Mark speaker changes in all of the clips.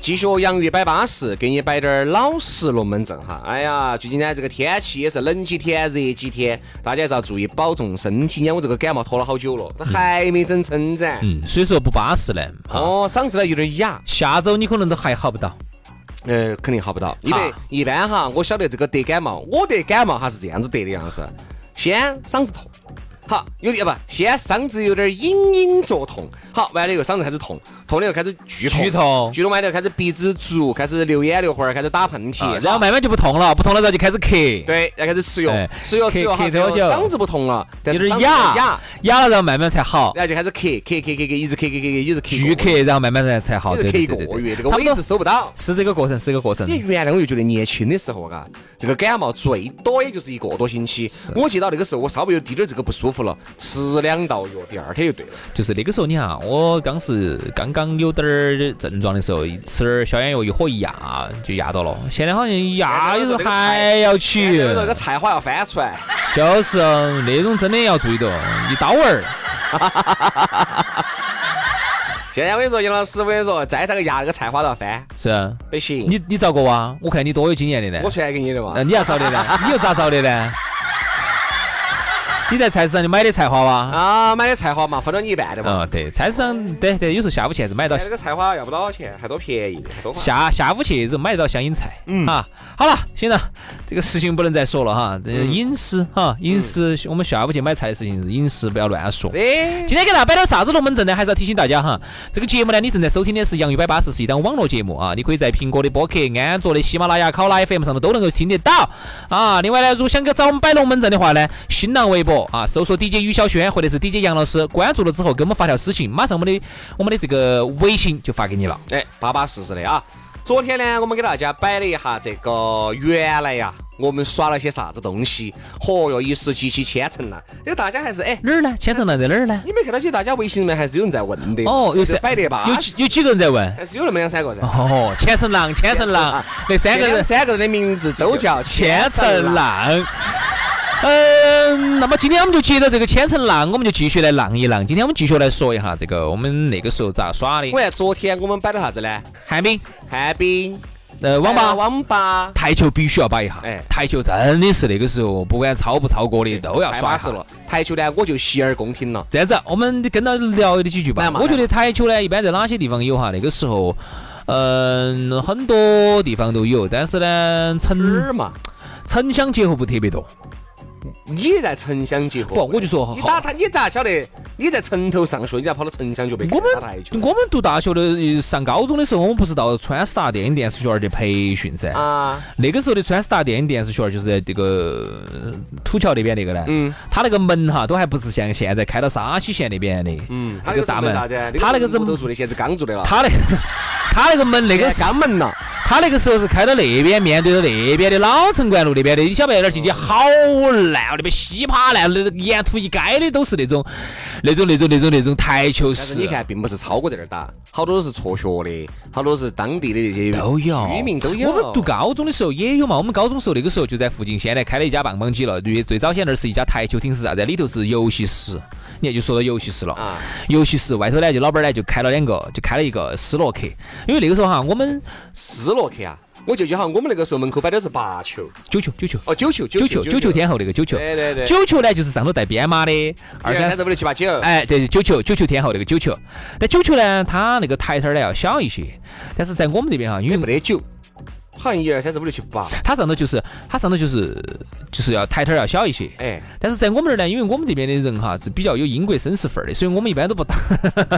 Speaker 1: 继续洋芋摆巴适，给你摆点儿老实龙门阵哈。哎呀，最近呢这个天气也是冷几天热几天，大家还是要注意保重身体。你看我这个感冒拖了好久了，这还没整撑展。
Speaker 2: 嗯，所以说不巴适呢。
Speaker 1: 哦，嗓子呢有点哑，
Speaker 2: 下周你可能都还好不到。
Speaker 1: 呃，肯定好不到，因为
Speaker 2: 哈
Speaker 1: 一般哈，我晓得这个得感冒，我得感冒哈是这样子得的样子，先嗓子痛，好有点啊不，先嗓子有点隐隐作痛，好完了以后嗓子开始痛，痛了以后开始剧痛，
Speaker 2: 剧痛
Speaker 1: 剧痛完了以后开始鼻子堵，开始流眼流花儿，开始打喷嚏，
Speaker 2: 啊然后慢慢就不痛了，不痛了然后就开始咳，
Speaker 1: 啊对，然后开始吃药
Speaker 2: 哎，
Speaker 1: 吃药吃药，
Speaker 2: 咳
Speaker 1: 好
Speaker 2: 咳多
Speaker 1: 最后
Speaker 2: 久
Speaker 1: 嗓子不痛了，但
Speaker 2: 有
Speaker 1: 是
Speaker 2: 点
Speaker 1: 嗓子
Speaker 2: 哑，
Speaker 1: 哑，
Speaker 2: 哑了然后慢慢才好，
Speaker 1: 然后就开始咳咳咳咳咳，一直咳咳咳咳，一直咳
Speaker 2: 巨
Speaker 1: 过，
Speaker 2: 咳然后慢慢才才好。
Speaker 1: 一直
Speaker 2: 对
Speaker 1: 咳一
Speaker 2: 对
Speaker 1: 个
Speaker 2: 对对
Speaker 1: 月，这
Speaker 2: 对，
Speaker 1: 个
Speaker 2: 差不
Speaker 1: 尾
Speaker 2: 多
Speaker 1: 子收不到。
Speaker 2: 是这个过程，是这个过程
Speaker 1: 因。为原来我就觉得年轻的时候啊，这个感冒最多也就是一个多星期。我记到那个时候，我稍微有滴点儿这个不舒服了，吃两道药，第二天就对了。
Speaker 2: 就是那个时候，你看啊，我当时刚刚有点儿症状的时候，一吃点儿消炎药，一喝一压就压到了。现在好像压有时候还要
Speaker 1: 现
Speaker 2: 起
Speaker 1: 在，那个菜花要翻出来，
Speaker 2: 就是那种真的要注意到，一刀儿。
Speaker 1: 现在我跟你说，杨老师，我跟你说，再这个牙那个菜花都要翻，
Speaker 2: 是啊
Speaker 1: 不行。
Speaker 2: 你你遭过哇？我看你多有经验的呢
Speaker 1: 我。传给你的嘛
Speaker 2: 呃那。你要遭的呢？你又咋遭的呢？你在菜市场里买的菜花哇？
Speaker 1: 啊，买的菜花嘛，分了你一半的嘛。
Speaker 2: 嗯，对，菜市场对对，有时候下午去还是买得
Speaker 1: 现在
Speaker 2: 到
Speaker 1: 这个菜花要不多少钱，还多便宜，还多花。
Speaker 2: 下下午去就买得到香阴菜。嗯啊，好了，先生，这个事情不能再说了哈。这饮食哈，饮食，我们下午去买菜的事情，饮食不要乱说。
Speaker 1: 这
Speaker 2: 今天给大家摆点啥子龙门阵呢？还是要提醒大家哈，这个节目呢，你正在收听的是《洋芋摆巴士》，是一档网络节目啊，你可以在苹果的播客、安卓的喜马拉雅、考拉 FM 上头都能够听得到啊。另外呢，如果想给找我们摆龙门阵的话呢，新浪微博啊，搜索 DJ 于小轩或者是 DJ 杨老师，关注了之后给我们发条私信，马上我们的我们的这个微信就发给你了。
Speaker 1: 哎，巴巴适适的啊。昨天呢，我们给大家摆了一下这个原来呀，我们耍了些啥子东西。嚯哟，一时激起千层了。这个大家还是哎，
Speaker 2: 哪儿呢？千层浪在哪儿呢？
Speaker 1: 你没看到，其实大家微信里面还是有人在问的。
Speaker 2: 哦，有
Speaker 1: 有
Speaker 2: 三
Speaker 1: 摆得吧？
Speaker 2: 有几有几个人在问？
Speaker 1: 还是有那么两三个噻。
Speaker 2: 哦，千层浪，千层浪，那三个
Speaker 1: 这
Speaker 2: 人
Speaker 1: 两三个人的名字都叫
Speaker 2: 千层
Speaker 1: 层浪。
Speaker 2: 浪。嗯，那么今天我们就接着这个千层浪，我们就继续来浪一浪。今天我们继续来说一下这个我们那个时候咋耍的。
Speaker 1: 我看昨天我们摆了啥子呢？
Speaker 2: 旱冰，
Speaker 1: 旱冰、
Speaker 2: 呃，
Speaker 1: 哎
Speaker 2: 网吧。
Speaker 1: 网吧。
Speaker 2: 台球必须要摆一下，
Speaker 1: 哎
Speaker 2: 台球真的是那个时候，不管超不超过的都要
Speaker 1: 太
Speaker 2: 耍
Speaker 1: 巴
Speaker 2: 一
Speaker 1: 适
Speaker 2: 下。
Speaker 1: 了。台球呢，我就洗耳恭听了。
Speaker 2: 这样子，我们跟到聊了几句吧
Speaker 1: 来。嘛
Speaker 2: 我觉得台球呢，一般在哪些地方有哈？那个时候，嗯、很多地方都有，但是呢，城
Speaker 1: 儿嘛，
Speaker 2: 城乡结合部特别多。
Speaker 1: 你在城乡结合
Speaker 2: 不，我就说哦好
Speaker 1: 你，打他，你咋晓得你在城头上学，你咋跑到城乡去被
Speaker 2: 我
Speaker 1: 打台球
Speaker 2: 们？我们读大学的呃上高中的时候，我们不是到川师大电影电视学院去培训噻？
Speaker 1: 啊，
Speaker 2: 那个时候的川师大电影电视学院就是在这个呃土桥那边那个呢，
Speaker 1: 嗯
Speaker 2: 它那个门哈都还不是像现在开到沙溪县那边的，
Speaker 1: 嗯，他
Speaker 2: 那
Speaker 1: 那
Speaker 2: 个
Speaker 1: 个
Speaker 2: 大
Speaker 1: 大门
Speaker 2: 门
Speaker 1: 啥子？，
Speaker 2: 它那个
Speaker 1: 是
Speaker 2: 是
Speaker 1: 木头做的，现在是钢做的了。
Speaker 2: 它那个它那个门那
Speaker 1: 那
Speaker 2: 个
Speaker 1: 个
Speaker 2: 是
Speaker 1: 肛门了，
Speaker 2: 他那个时候是开到那边，面对着那边的老城管路那边的，你晓不晓得那儿进去好烂哦，那边稀巴烂，那沿途一街的都是那种、那种、那种、那种、那种台球
Speaker 1: 但是
Speaker 2: 室。
Speaker 1: 你看，并不是超过在那儿打，好多都是辍学的，好多是当地的这些
Speaker 2: 都有
Speaker 1: 居民都有。
Speaker 2: 我们读高中的时候也有嘛。我们高中时候那个时候就在附近，现在开了一家棒棒鸡了。
Speaker 1: 啊
Speaker 2: 最最早先那儿是一家台球厅是啥子？里头是游戏室。你看，就说到游戏室了。
Speaker 1: 啊，
Speaker 2: 游戏室外头呢，就老板呢就开了两个，就开了一个斯诺克。因为那个时候哈，我们
Speaker 1: 斯诺克啊，我舅舅好像我们那个时候门口摆的是八球，
Speaker 2: 九球九球
Speaker 1: 哦，九球，
Speaker 2: 九
Speaker 1: 球，
Speaker 2: 球九球，天后那个九球，
Speaker 1: 对对对，
Speaker 2: 九球呢就是上头带编码的二
Speaker 1: 二
Speaker 2: 三
Speaker 1: 三四五六七八九，
Speaker 2: 哎，对，九球九球天后那个九球，但九球呢，它那个台台儿呢要小一些，但是在我们这边哈，因
Speaker 1: 也
Speaker 2: 为
Speaker 1: 没得九，好像一二三四五六七八，
Speaker 2: 它上头就是它上头就是就是要台台儿要小一些，
Speaker 1: 哎，
Speaker 2: 但是在我们这儿呢，因为我们这边的人哈是比较有英国绅士范儿的，所以我们一般都不打。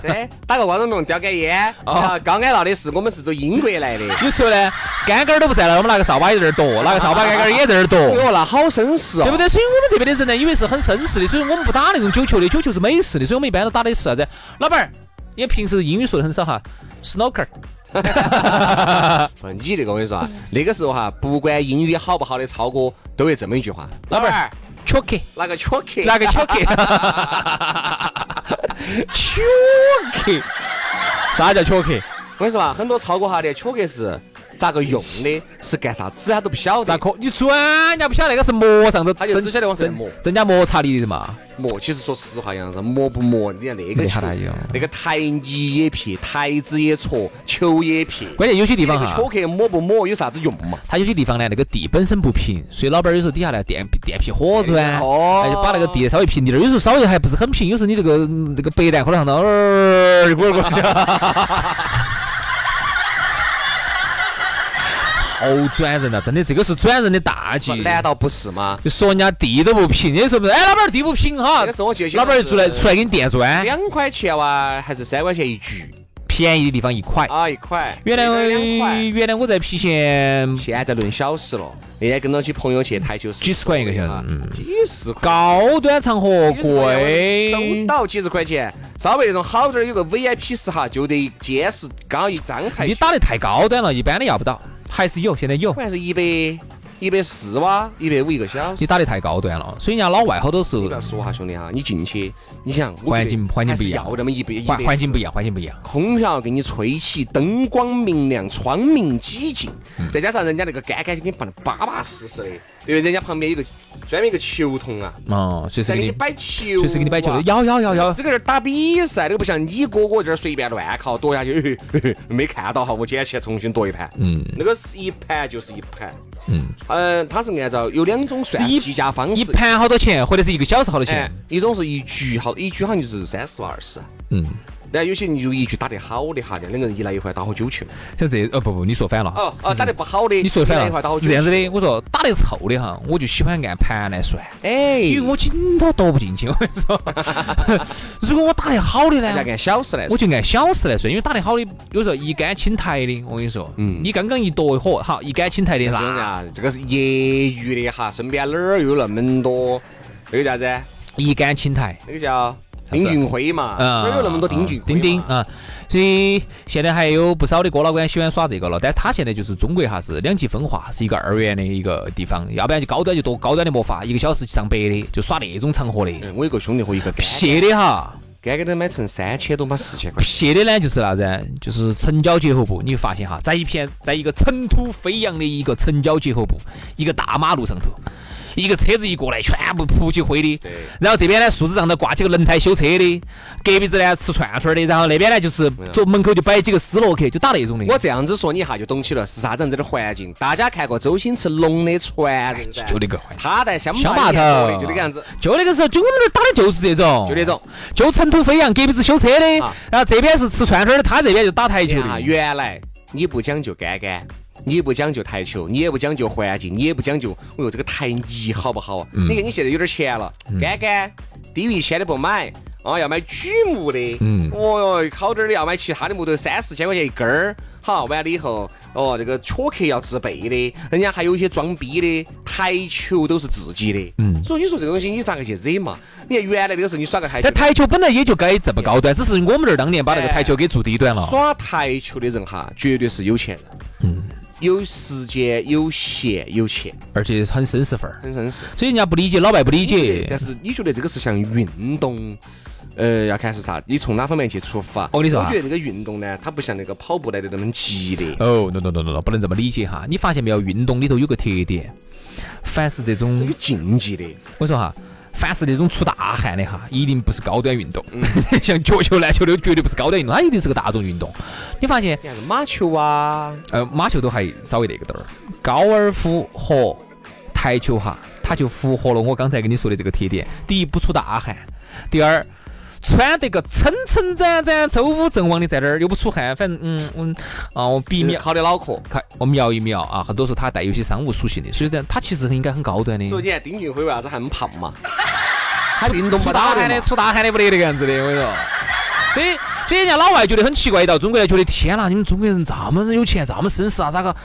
Speaker 1: 对，打个瓜子龙，叼根烟，
Speaker 2: 哦
Speaker 1: 啊，高安闹的是我们是走英国来的。
Speaker 2: 有时候呢，杆杆儿都不在了，我们拿个扫把也在这儿夺，拿个扫把杆杆儿也在这 儿夺。
Speaker 1: 哟，那好绅士啊，
Speaker 2: 哦对不？对？所以我们这边的人呢，因为是很绅士的，所以我们不打那种九球的，九球是美式的，所以我们一般都打的是啥子？老板儿，因为平时英语说的很少哈，snooker，
Speaker 1: 不，你这个我跟你说啊，那个时候哈，不管英语好不好的超哥，都会这么一句话：
Speaker 2: 老板儿，巧克，
Speaker 1: 拿个巧克力，
Speaker 2: 拿个巧 克，巧克，啥叫巧克？
Speaker 1: 我跟你说啊，很多超哥哈连巧克力是咋个用的，是干啥子他都不晓
Speaker 2: 咋
Speaker 1: 得。
Speaker 2: 可？你专家不晓得那个是磨上头，
Speaker 1: 他就只晓得往上面磨
Speaker 2: 增增加摩擦力的嘛。
Speaker 1: 磨，其实说实话，杨老师磨不磨，你看那
Speaker 2: 没
Speaker 1: 个
Speaker 2: 啥
Speaker 1: 球
Speaker 2: 大用，
Speaker 1: 那个台泥也撇，台子也戳，球也撇。
Speaker 2: 关键有些地
Speaker 1: 你那
Speaker 2: 方
Speaker 1: 个
Speaker 2: 哈
Speaker 1: 巧，克力磨不磨有啥子用嘛？
Speaker 2: 它有些地方呢，那个地本身不平，所以老板儿有时候底下呢垫垫皮火砖，
Speaker 1: 哦
Speaker 2: 哎那就把那个地稍微平点儿。有时候稍微还不是很平，有时候你这个那个白蛋可能上到呃滚滚去，好转人呐、真的，这个是转人的大忌。
Speaker 1: 难道不是吗？
Speaker 2: 就说人家地都不平，人家说不是，哎，老板儿地不平哈
Speaker 1: 那个时候我记得，
Speaker 2: 老板儿就出来
Speaker 1: 是
Speaker 2: 出来给你垫砖，
Speaker 1: 两块钱哇，还是三块钱一局
Speaker 2: 便宜的地方一块。
Speaker 1: 啊？一块，
Speaker 2: 原来
Speaker 1: 那两块。
Speaker 2: 原来我在郫县
Speaker 1: 现在论小时了，那天跟到起朋友去台球室，
Speaker 2: 几十块一个小时
Speaker 1: 啊
Speaker 2: 嗯
Speaker 1: 几十块，
Speaker 2: 高端场合
Speaker 1: 几十块
Speaker 2: 贵
Speaker 1: 收，到几十块钱，稍微那种好点儿有个 VIP 室哈，就得结实刚一张台球，
Speaker 2: 你打得太高端了，一般的要不到，还是有，现在有
Speaker 1: 好。像是一百一百四哇，一百五一个小时
Speaker 2: 你。打得太高端了，所以人家老外好多时候
Speaker 1: 你不要说哈，兄弟啊哈，你进去，你想我觉得
Speaker 2: 环境环境
Speaker 1: 还
Speaker 2: 不
Speaker 1: 是
Speaker 2: 一样
Speaker 1: 要那么一百一
Speaker 2: 环
Speaker 1: 百
Speaker 2: 环境
Speaker 1: 四
Speaker 2: 不一样，环境不一样。
Speaker 1: 空调给你吹起，灯光明亮，窗明几净，
Speaker 2: 嗯
Speaker 1: 再加上人家那个杆杆就给你放的巴巴适适的，对不对？人家旁边有个专门一个球童啊，
Speaker 2: 哦，随时
Speaker 1: 在
Speaker 2: 给
Speaker 1: 给你
Speaker 2: 你，
Speaker 1: 摆球啊，
Speaker 2: 随时给你摆球，摇摇摇摇
Speaker 1: 这。个人打比赛，那个不像你哥哥这儿随便乱靠躲下去，嘿嘿嘿没看到哈，我捡起来重新夺一盘。
Speaker 2: 嗯
Speaker 1: 那个是一盘就是一盘，
Speaker 2: 嗯，
Speaker 1: 嗯，它是按照有两种算
Speaker 2: 是一
Speaker 1: 计价方
Speaker 2: 一
Speaker 1: 式，
Speaker 2: 盘好多钱，或者是一个小时好多
Speaker 1: 哎
Speaker 2: 钱。，
Speaker 1: 一种是一局好，一局好像就是三十万二十，
Speaker 2: 嗯，
Speaker 1: 然后有些人就一局打得好的哈，两个人一来一回打好久去了。
Speaker 2: 像这哦不不，你说反了。
Speaker 1: 哦
Speaker 2: 是
Speaker 1: 哦，打得不好的，
Speaker 2: 你说
Speaker 1: 一
Speaker 2: 反
Speaker 1: 来一回打好
Speaker 2: 了，
Speaker 1: 久去
Speaker 2: 是这样子的。我说打得臭的哈，我就喜欢按盘来算。
Speaker 1: 哎，
Speaker 2: 因为我紧都躲不进去，我跟你说。 如果我打得好的
Speaker 1: 大家
Speaker 2: 呢，
Speaker 1: 按小时来
Speaker 2: 哎我
Speaker 1: 说，
Speaker 2: 就按小时来算，因为打得好的有时候一杆清台的，我跟你说，
Speaker 1: 嗯
Speaker 2: 你刚刚一夺火，好一杆清台的
Speaker 1: 但是人
Speaker 2: 那
Speaker 1: 家这个是业余的哈，身边哪儿有那么多那个叫啥子？
Speaker 2: 一杆清台，
Speaker 1: 那个叫丁俊晖嘛，
Speaker 2: 嗯，
Speaker 1: 哪儿有啊那么多丁俊晖
Speaker 2: 丁
Speaker 1: 嘛？
Speaker 2: 丁啊，所以现在还有不少的哥老倌喜欢耍这个了，但他现在就是中国哈是两极分化，是一个二元的一个地方，要不然就高端就多高端的没法，一个小时上百的，就耍那种场合的，
Speaker 1: 嗯，我有个兄弟和一个干
Speaker 2: 撇的哈。
Speaker 1: 干给他买成三千多嘛，四千块。
Speaker 2: 撇的呢，就是啥子呢？就是城郊结合部。你会发现哈，在一片，在一个尘土飞扬的一个城郊结合部，一个大马路上头，一个车子一过来，全部扑起灰的。
Speaker 1: 对
Speaker 2: 然后这边呢，树枝上头挂几个轮胎修车的，隔壁子呢吃串串的，然后那边呢就是坐门口就摆几个斯诺克，就打那种的。
Speaker 1: 我这样子说你一下就懂起了，是啥子样子的环境？大家看过周星驰《龙的传人》噻？
Speaker 2: 哎就那个环境
Speaker 1: 他在乡
Speaker 2: 乡
Speaker 1: 坝
Speaker 2: 坝
Speaker 1: 里面哎过的
Speaker 2: 头
Speaker 1: 就那个样子，
Speaker 2: 就那个时候，就我们那儿打的就是这种，
Speaker 1: 就那种，
Speaker 2: 就尘土飞扬，隔壁子修车的
Speaker 1: 啊，
Speaker 2: 然后这边是吃串串的，他这边就打台球
Speaker 1: 啊，
Speaker 2: 的。
Speaker 1: 原来你不讲究杆杆，你不讲究台球，你也不讲究环境，你也不讲究，哎呦，这个台泥好不好啊？
Speaker 2: 嗯
Speaker 1: 你看你现在有点钱了，杆杆低于一千的不买。啊，要买榉木的，
Speaker 2: 嗯
Speaker 1: 哦哟，好点儿的要买其他的木头，三四千块钱一根儿。好，完了以后，哦，这个巧克力要自备的，人家还有一些装逼的，台球都是自己的。嗯，所以你说这个东西你咋个去惹嘛？你看原来那个时候你耍个台球
Speaker 2: 但，台球本来也就该这么高端，只是我们这儿当年把那个台球给做低端了。
Speaker 1: 耍台球的人哈，绝对是有钱人。有时间、有闲、有钱，
Speaker 2: 而且很绅士范儿。
Speaker 1: 很绅士。
Speaker 2: 所以人家不理解，老外不理解
Speaker 1: 但。是你觉得这个是像运动？呃，要看是啥，你从哪方面去出发？
Speaker 2: 我跟你说啊
Speaker 1: 我觉得那个运动呢，它不像那个跑步来的那么激烈。
Speaker 2: 哦、no no no no no，不能这么理解哈。你发现没有，运动里头有个特点，凡是这
Speaker 1: 这
Speaker 2: 种
Speaker 1: 个，竞技的，
Speaker 2: 我说哈，凡是那种出大汗的哈，一定不是高端运动。 像脚球、篮球的绝对不是高端运动，它一定是个大众运动。你发现，
Speaker 1: 你看马球啊，
Speaker 2: 呃，马球都还稍微那个点儿，高尔夫和台球哈，它就符合了我刚才跟你说的这个特点：第一，不出大汗；第二，穿得个撑撑展展、周武正旺的在那儿，又不出汗，反正嗯嗯啊，我比
Speaker 1: 你
Speaker 2: 瞄
Speaker 1: 考的脑壳。
Speaker 2: 看，我瞄一瞄啊，很多时候它带有些商务属性的，所以呢，它其实很应该很高端的。
Speaker 1: 所以你看丁俊晖为啥子还那么胖 嘛？他运动
Speaker 2: 出
Speaker 1: 不
Speaker 2: 大
Speaker 1: 到的
Speaker 2: 汗的，
Speaker 1: 嘛。
Speaker 2: 出大汗的不得那个样子的，我跟你说。所以，所以人家老外觉得很奇怪，到中国来觉得天呐，你们中国人这么有钱，这么绅士啊，咋个啊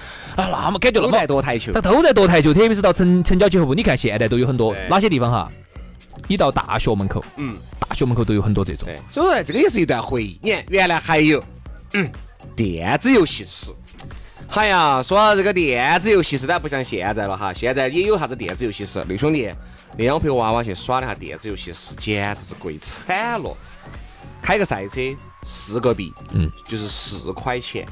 Speaker 2: 那么感觉那
Speaker 1: 都
Speaker 2: 么
Speaker 1: 在多台球
Speaker 2: 他，都在夺台球，特别是到城城郊结合部，你看现在都有很多
Speaker 1: 对
Speaker 2: 哪些地方哈？你到大学门口，
Speaker 1: 嗯，
Speaker 2: 大学门口都有很多这种
Speaker 1: 对。所以说这个也是一段回忆。你看，原来还有，嗯，电子游戏室。哎呀，说到这个电子游戏室，当然不像现在了哈，现在也有啥子电子游戏室。六兄弟，那天我陪娃娃去耍了一下电子游戏室，简直是贵惨了。开个赛车，四个币，嗯，就是四块钱，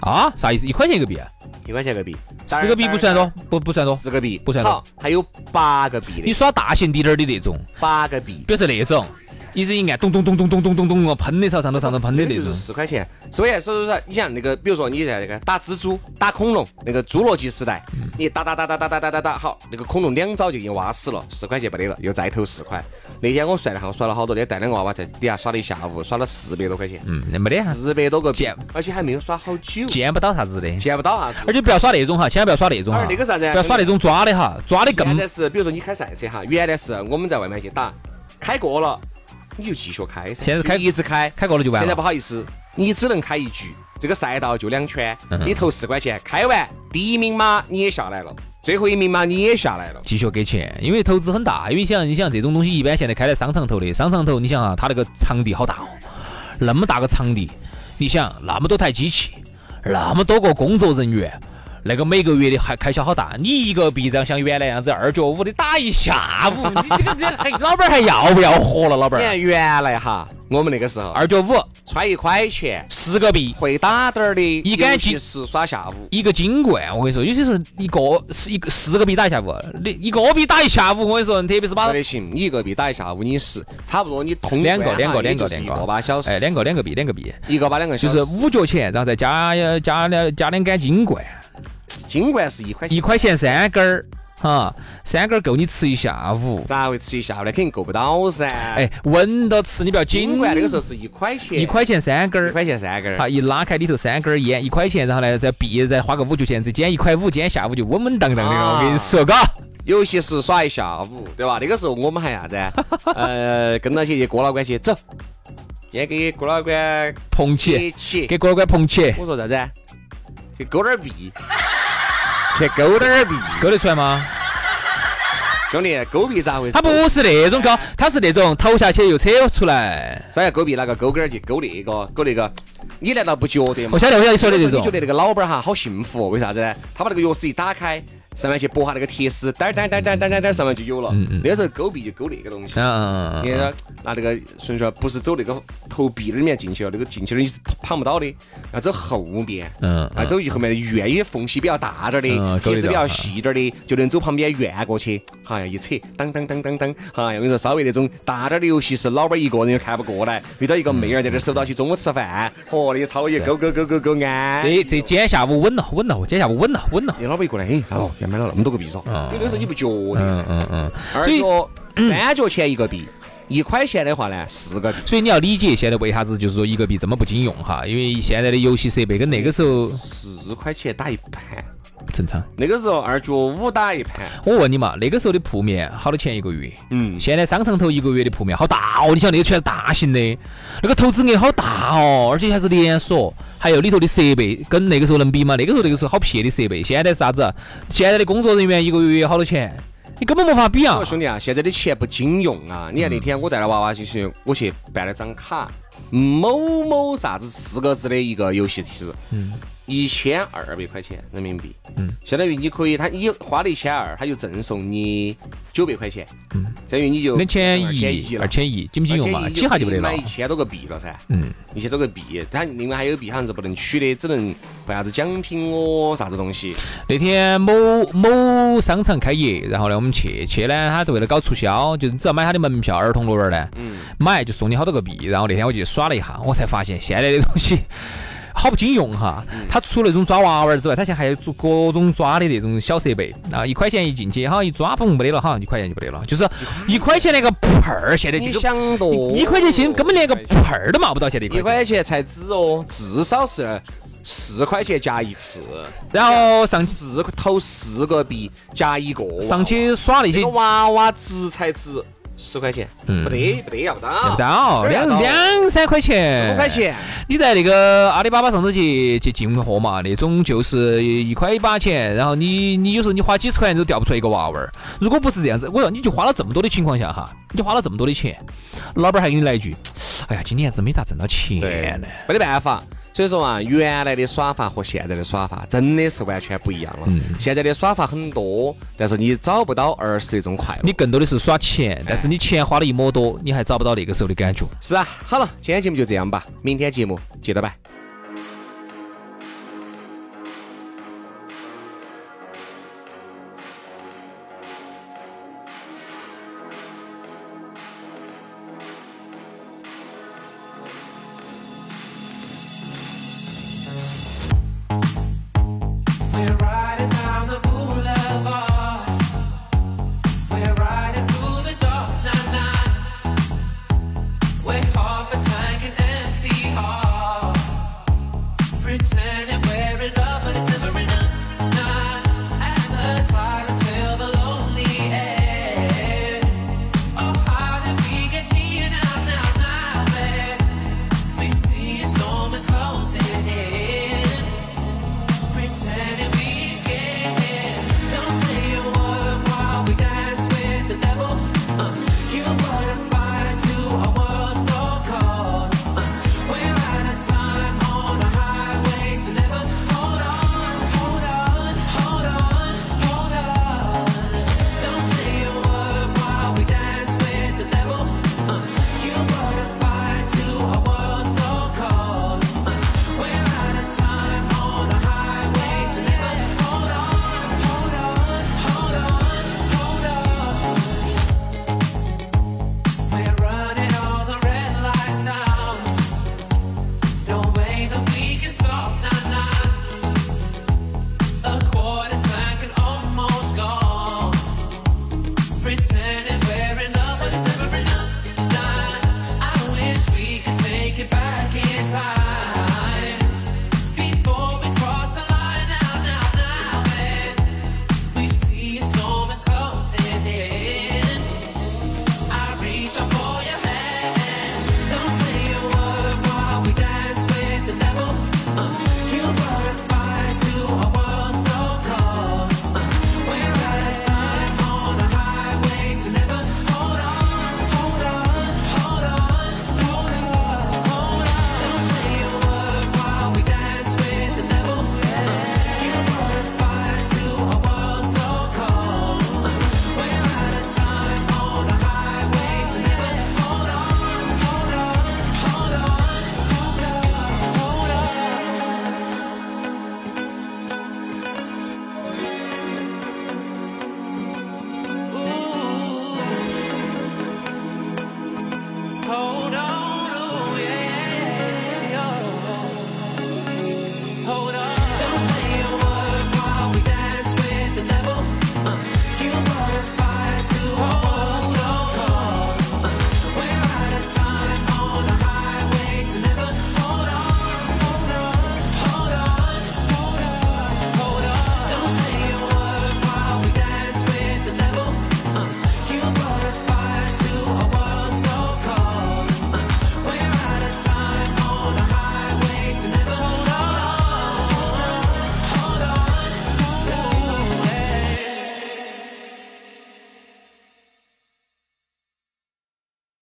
Speaker 2: 啊，啥意思？一块钱一个币啊？
Speaker 1: 一块钱个币，
Speaker 2: 十个币不算多，不不算多。
Speaker 1: 四个币
Speaker 2: 不算多
Speaker 1: 好，还有八个币
Speaker 2: 你
Speaker 1: 的，
Speaker 2: 耍大型滴点儿的那种，
Speaker 1: 八个币，
Speaker 2: 比如说那种，一直一按，咚咚咚咚咚咚咚咚哦，喷的朝上头上头喷的那
Speaker 1: 就
Speaker 2: 种
Speaker 1: 是。十块钱。所以啊所以说，你像那个，比如说你在那个打蜘蛛、打恐龙，那个侏罗纪时代，
Speaker 2: 嗯
Speaker 1: 你打打打打打打打打打，好，那个恐龙两爪就已经挖死了，十块钱没得了，又再投十块。那天我算了下，我耍了好多天，带两个娃娃在底下耍了一下午，耍了四百多块钱，
Speaker 2: 嗯，那没得啥，
Speaker 1: 四百多个币
Speaker 2: 见，
Speaker 1: 而且还没有耍好久，
Speaker 2: 见不到啥子的。
Speaker 1: 见不到啥子。
Speaker 2: 而且不要耍那种哈，千万不要耍那种哈
Speaker 1: 而，那个啥子啊
Speaker 2: 不要耍那种抓的哈，抓的更
Speaker 1: 现在是，比如说你开赛车哈，原来是我们在外面去打，开过了你就继续开噻，
Speaker 2: 现在是开
Speaker 1: 就一直开，
Speaker 2: 开过了就完
Speaker 1: 现在不
Speaker 2: 了。
Speaker 1: 好意思，你只能开一局，这个赛道就两圈，
Speaker 2: 嗯
Speaker 1: 你投四块钱，开完第一名嘛你也下来了，最后一名嘛你也下来了，
Speaker 2: 继续给钱，因为投资很大，因为像你想这种东西，一般现在开在商场头的，商场头你想啊，它那个场地好大哦，那么大个场地，你想那么多台机器，那么多个工作人员，那个每个月的还开销好大，你一个臂章像原来样子二角五的打一下午，你这个这还老板还要不要活了？老
Speaker 1: 你
Speaker 2: 板，
Speaker 1: 看原来哈，我们那个时候
Speaker 2: 二角五
Speaker 1: 揣一块钱
Speaker 2: 十个币，
Speaker 1: 会打点儿的，
Speaker 2: 一杆进
Speaker 1: 是耍下午。
Speaker 2: 一个金冠，我跟你说，有些是一个是一个四个币打一下午，你一个币打一下午，我跟你说，特别是把
Speaker 1: 不得行，你一个币打一下午，你十，差不多你通
Speaker 2: 两个
Speaker 1: 关哈
Speaker 2: 两个
Speaker 1: 也
Speaker 2: 两
Speaker 1: 就
Speaker 2: 个
Speaker 1: 是
Speaker 2: 两
Speaker 1: 一
Speaker 2: 个
Speaker 1: 个把小时，
Speaker 2: 哎，两个两个币两个币，
Speaker 1: 一个把两个
Speaker 2: 就
Speaker 1: 小时，
Speaker 2: 是五角钱，然后再加加两加两杆金冠，
Speaker 1: 金冠是一块钱
Speaker 2: 一，块钱三根儿，哈，三根儿够你吃一下午。
Speaker 1: 咋会吃一下午呢？肯定够不到噻。哎，
Speaker 2: 哎，闻到吃你不要紧
Speaker 1: 金，冠那个时候是一块钱，
Speaker 2: 一块钱三根
Speaker 1: 一
Speaker 2: 儿。
Speaker 1: 块钱三根儿
Speaker 2: 好，。一拉开里头三根儿烟，一块钱，然后呢，再币，再花个五角钱，再捡一块五，今天下午就稳稳当当的了。我跟你说，嘎，
Speaker 1: 有些是耍一下午，对吧？那个时候我们还啥 子啊？呃，跟到些郭老倌去走，先给郭老倌
Speaker 2: 捧起，
Speaker 1: 一起。
Speaker 2: 给哥哥捧起，
Speaker 1: 我说啥子啊？去勾点儿币，去勾点儿币，
Speaker 2: 勾得出来吗？
Speaker 1: 兄弟，勾币咋回事？
Speaker 2: 他不是那种高，他是那种投下去又扯出来。
Speaker 1: 啥叫啊勾币？那个勾根儿去勾那个，勾那个，你难道不觉得吗
Speaker 2: 我？晓得，我晓得你说的这
Speaker 1: 你
Speaker 2: 种
Speaker 1: 觉。得那个老板儿哈好幸福哦？为啥子呢？他把那个钥匙一打开，上面去拨下那个铁丝，噔儿噔儿噔儿噔儿噔儿噔儿，上面就有了。
Speaker 2: 嗯嗯
Speaker 1: 那个时候勾币就勾那个东西。
Speaker 2: 嗯嗯
Speaker 1: 你
Speaker 2: 嗯，
Speaker 1: 说拿这个顺序不是走那个投币里面进去了，那个进去了你是碰不到的，要走后面。
Speaker 2: 嗯
Speaker 1: 啊，走后面的院，因为缝隙比较大点儿的，
Speaker 2: 嗯
Speaker 1: 铁
Speaker 2: 勾得
Speaker 1: 丝
Speaker 2: 到
Speaker 1: 比较细点儿的，就能走旁边院过去。好像一扯，当当当当当，好像我跟你说，稍微那种大点儿的游戏是老板一个人又看不过来，遇到一个妹儿在这儿守到起中午吃饭，嚯，你超一勾勾勾勾勾安。
Speaker 2: 这这今天下午稳了，稳了，今天下午稳了，稳了。
Speaker 1: 你哎老板一过来，哎，哦，原来买了那么多个币嗦，因为那时候你不觉得
Speaker 2: 嗯
Speaker 1: 噻。
Speaker 2: 嗯嗯，
Speaker 1: 二
Speaker 2: 所以
Speaker 1: 角
Speaker 2: 嗯
Speaker 1: 三角钱一个币，一块钱的话呢，四个币。
Speaker 2: 所以你要理解现在为啥子就是说一个币这么不经用哈，因为现在的游戏设备跟那个时候
Speaker 1: 四块钱打一盘，
Speaker 2: 正常。
Speaker 1: 那个时候二角五打一盘，
Speaker 2: 我问你嘛，那个时候的铺面好多钱一个月？
Speaker 1: 嗯
Speaker 2: 现在商场头一个月的铺面好大哦，你想那个全是大型的，那个投资额好大哦，而且还是连锁，还有里头的设备跟那个时候能比吗？那个时候那个时候好撇的设备，现在是啥子？现在的工作人员一个月好多钱？你根本没法比啊
Speaker 1: 我！兄弟啊，现在的钱不经用啊！你看那天我带了娃娃就是我去办了张卡，某某啥子四个字的一个游戏机，嗯，一千二百块钱人民币，嗯，相当于你可以，他你花了一千二，他就赠送你九百块钱，嗯，相当于你就
Speaker 2: 两千
Speaker 1: 一
Speaker 2: 一，，二
Speaker 1: 二千
Speaker 2: 千一，经不经用嘛？几下就不得了
Speaker 1: 买。一千多个币了噻，
Speaker 2: 嗯，
Speaker 1: 一千多个币，它另外还有币好像是不能取的，只能换啥子奖品哦，啥子东西。
Speaker 2: 那天某某商场开业，然后呢，我们去去呢，他是为了搞促销，就是你只要买他的门票，儿童乐园呢，
Speaker 1: 嗯
Speaker 2: 买就送你好多个币。然后那天我就耍了一下，我才发现现在的东西 好不经用哈。它除了那种抓娃娃儿之外，它现在还有做各种抓的那种小设备啊，一块钱一进去，好像一抓嘣没得了，好像一块钱就没得了，就是一块钱那个盆儿，现在这
Speaker 1: 你
Speaker 2: 个
Speaker 1: 想多，
Speaker 2: 一块钱现在根本连个盆儿都冒不到，现在一
Speaker 1: 一
Speaker 2: 块钱。
Speaker 1: 块钱才止哦，至少是四块钱加一次，
Speaker 2: 然后上
Speaker 1: 四投四个币加一个娃
Speaker 2: 上去耍那
Speaker 1: 这
Speaker 2: 些
Speaker 1: 个。娃娃值才值十块钱，
Speaker 2: 嗯
Speaker 1: 不得不得要不到，
Speaker 2: 不到
Speaker 1: 要
Speaker 2: 两
Speaker 1: 不到
Speaker 2: 两三块钱，
Speaker 1: 五块钱，
Speaker 2: 你在那个阿里巴巴上头去去进货嘛，那种就是一块八钱，然后你你有时候你花几十块钱都钓不出来一个娃娃儿。如果不是这样子，我说你就花了这么多的情况下哈，你就花了这么多的钱，老板还给你来一句，哎呀，今年还真没咋挣到钱呢。
Speaker 1: 没得办法。所以说啊，原来的耍法和现在的耍法真的是完全不一样了。现在的耍法很多，但是你找不到儿时那种快乐。
Speaker 2: 你更多的是耍钱，但是你钱花了一么多，你还找不到那个时候的感觉。
Speaker 1: 是啊，好了，今天节目就这样吧，明天节目接着拜。